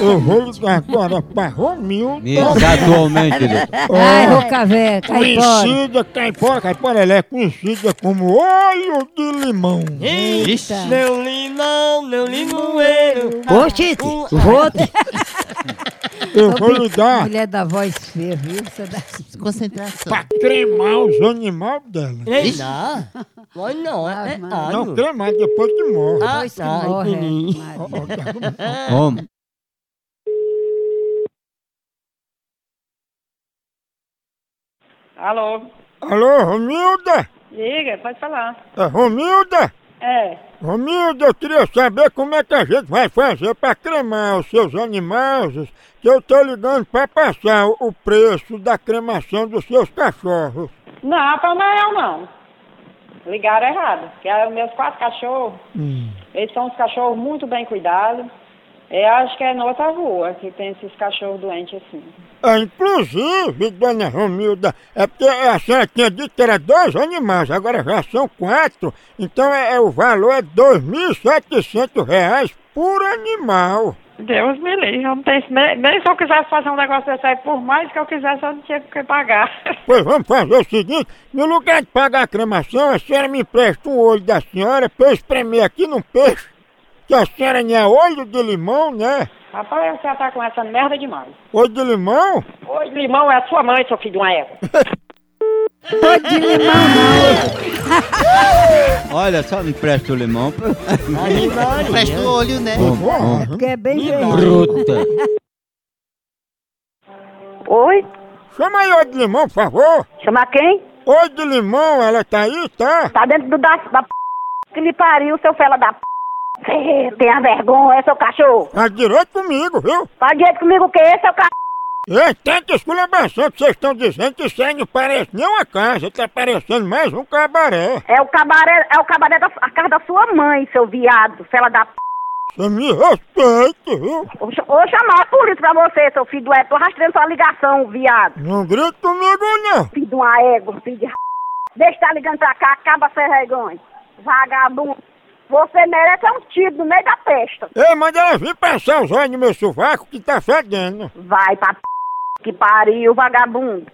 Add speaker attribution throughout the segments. Speaker 1: eu vou ligar agora pra Romilda.
Speaker 2: Exatamente, Lito.
Speaker 3: Ai, rouca velha, cai fora.
Speaker 1: Conhecida, caipora, caipora, ela é conhecida como olho de limão.
Speaker 2: Ixi.
Speaker 4: Meu limão, meu limoeiro.
Speaker 3: Ô, Tite, vou te-
Speaker 1: Eu vou lhe
Speaker 4: Ah.
Speaker 1: dar
Speaker 3: Mulher da voz feia, viu? Você dá-
Speaker 5: Concentração.
Speaker 1: pra cremar os animais dela.
Speaker 4: Ei, não. Mas não, é, é
Speaker 1: Não
Speaker 4: alho.
Speaker 1: cremar depois que morre.
Speaker 4: Ah,
Speaker 3: Depois que
Speaker 4: ai,
Speaker 3: morre,
Speaker 4: menino.
Speaker 3: é,
Speaker 1: Ó,
Speaker 3: Maria.
Speaker 1: ó, tá bom.
Speaker 2: Homem.
Speaker 6: Alô?
Speaker 1: Alô, Romilda?
Speaker 6: Diga, pode falar.
Speaker 1: É Romilda?
Speaker 6: É.
Speaker 1: Romilda, eu queria saber como é que a gente vai fazer pra cremar os seus animais. Que eu tô ligando pra passar o o preço da cremação dos seus cachorros.
Speaker 6: Não, para amanhã não. Ligaram errado. Que é os meus quatro cachorros, eles são uns cachorros muito bem cuidados. Eu acho que é na outra rua que tem esses cachorros doentes assim.
Speaker 1: É, inclusive, dona Romilda, é porque a senhora tinha dito que era dois animais, agora já são quatro, então é, é- o valor é R$ 2.700 reais por animal.
Speaker 6: Deus me livre, eu não tenho, nem, nem se eu quisesse fazer um negócio desse aí, por mais que eu quisesse, eu não tinha que pagar.
Speaker 1: Pois vamos fazer o seguinte, no lugar de pagar a cremação, a senhora me empresta um olho da senhora pra eu espremer aqui num peixe, que a senhora não é olho de limão, né?
Speaker 6: Rapaz, você tá com essa merda demais.
Speaker 1: Olho de limão?
Speaker 6: Oi, limão é a sua mãe, seu filho de uma égua.
Speaker 3: Pode de limão,
Speaker 2: Olha, só me presta o limão.
Speaker 4: Ai, Maria.
Speaker 5: Presta o olho, né?
Speaker 2: Homem, homem.
Speaker 3: porque é bem feio.
Speaker 2: Bruta.
Speaker 7: Oi?
Speaker 1: Chama aí olho de limão, por favor.
Speaker 7: Chamar quem?
Speaker 1: Olho de limão, ela tá aí, tá?
Speaker 7: Tá dentro do da, da p... que me pariu, seu fela da p... Cê Tenha vergonha, seu cachorro.
Speaker 1: Faz Tá direito comigo, viu?
Speaker 7: Faz Tá direito comigo o quê, seu cachorro?
Speaker 1: É tanta esculhambação que vocês estão dizendo que isso aí não parece nem uma casa, tá parecendo mais um cabaré.
Speaker 7: É o cabaré, é o cabaré da a casa da sua mãe, seu viado, fela da p...
Speaker 1: Você me respeita, viu?
Speaker 7: Vou ch- vou chamar a polícia pra você, seu filho do égua. Tô rastreando sua ligação, viado.
Speaker 1: Não grita comigo, não.
Speaker 7: Filho de uma égua, filho de r... Deixa tá ligando pra cá, acaba sem vergonha. Vagabundo. Você merece é um tiro no meio da testa.
Speaker 1: Ei, manda ela vir passar os olhos no meu sovaco que tá fedendo.
Speaker 7: Vai pra p... que pariu, vagabundo.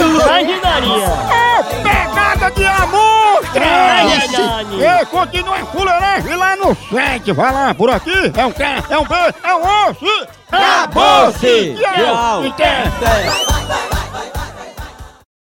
Speaker 4: Imaginaria.
Speaker 1: Pegada de amostra!
Speaker 4: Ai, Dani.
Speaker 1: Ei, continua a fuleiragem lá no site. Vai lá, por aqui. É um K, é um B, é um osso.
Speaker 2: Acabou-se.
Speaker 1: Tchau.
Speaker 2: Tchau.
Speaker 1: E tchau.
Speaker 2: Tchau.
Speaker 7: Vai, vai, vai.